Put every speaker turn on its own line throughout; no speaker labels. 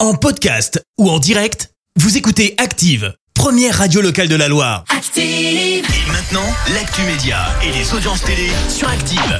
En podcast ou en direct, vous écoutez Active, première radio locale de la Loire.
Active,
Et maintenant, l'actu média et les audiences télé sur Active.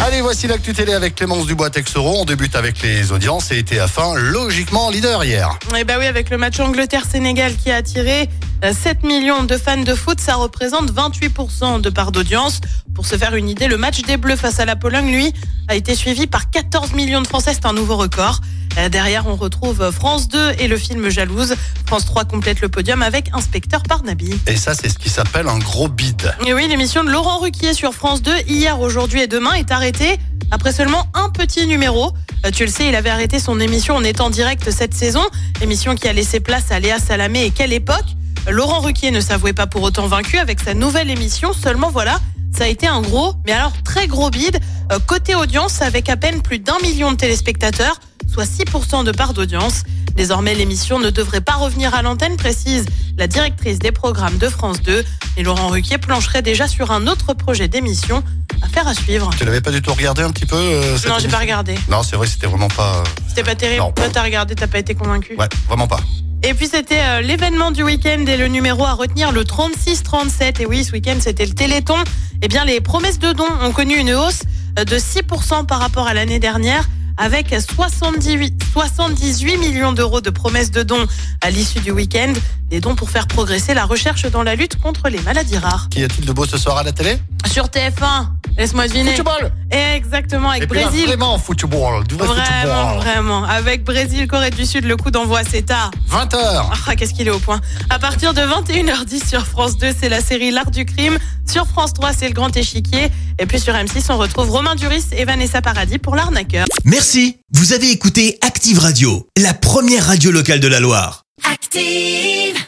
Allez, voici l'actu télé avec Clémence Dubois-Texoro. On débute avec les audiences et TF1, logiquement leader hier.
Et bah oui, avec le match Angleterre-Sénégal qui a attiré euh, 7 millions de fans de foot, ça représente 28% de part d'audience. Pour se faire une idée, le match des Bleus face à la Pologne, lui, a été suivi par 14 millions de Français, c'est un nouveau record. Euh, Derrière, on retrouve euh, France 2 et le film Jalouse. France 3 complète le podium avec Inspecteur Parnaby.
Et ça, c'est ce qui s'appelle un gros bid.
Et oui, l'émission de Laurent Ruquier sur France 2, hier, aujourd'hui et demain, est arrêtée après seulement un petit numéro. Euh, Tu le sais, il avait arrêté son émission en étant direct cette saison, émission qui a laissé place à Léa Salamé et quelle époque. Laurent Ruquier ne s'avouait pas pour autant vaincu avec sa nouvelle émission, seulement voilà, ça a été un gros, mais alors très gros bide, Euh, côté audience avec à peine plus d'un million de téléspectateurs, soit 6% de part d'audience. Désormais, l'émission ne devrait pas revenir à l'antenne, précise la directrice des programmes de France 2. Et Laurent Ruquier plancherait déjà sur un autre projet d'émission. Affaire à suivre.
Tu l'avais pas du tout regardé un petit peu euh, cette
Non, j'ai
émission
pas regardé.
Non, c'est vrai, c'était vraiment pas.
C'était pas terrible.
Non.
Toi, t'as regardé, t'as pas été convaincu.
Ouais, vraiment pas.
Et puis, c'était euh, l'événement du week-end et le numéro à retenir, le 36-37. Et oui, ce week-end, c'était le Téléthon. Eh bien, les promesses de dons ont connu une hausse euh, de 6% par rapport à l'année dernière. Avec 78, 78 millions d'euros de promesses de dons à l'issue du week-end, des dons pour faire progresser la recherche dans la lutte contre les maladies rares.
Qu'y a-t-il de beau ce soir à la télé
Sur TF1, laisse-moi deviner.
Football
Exactement, avec
Et puis là,
Brésil.
vraiment football. Du vrai
Vraiment,
football.
vraiment. Avec Brésil, Corée du Sud, le coup d'envoi, c'est tard.
20h.
Ah, qu'est-ce qu'il est au point. À partir de 21h10 sur France 2, c'est la série L'Art du crime. Sur France 3, c'est Le Grand Échiquier. Et puis sur M6, on retrouve Romain Duris et Vanessa Paradis pour L'Arnaqueur.
Merci, vous avez écouté Active Radio, la première radio locale de la Loire.
active.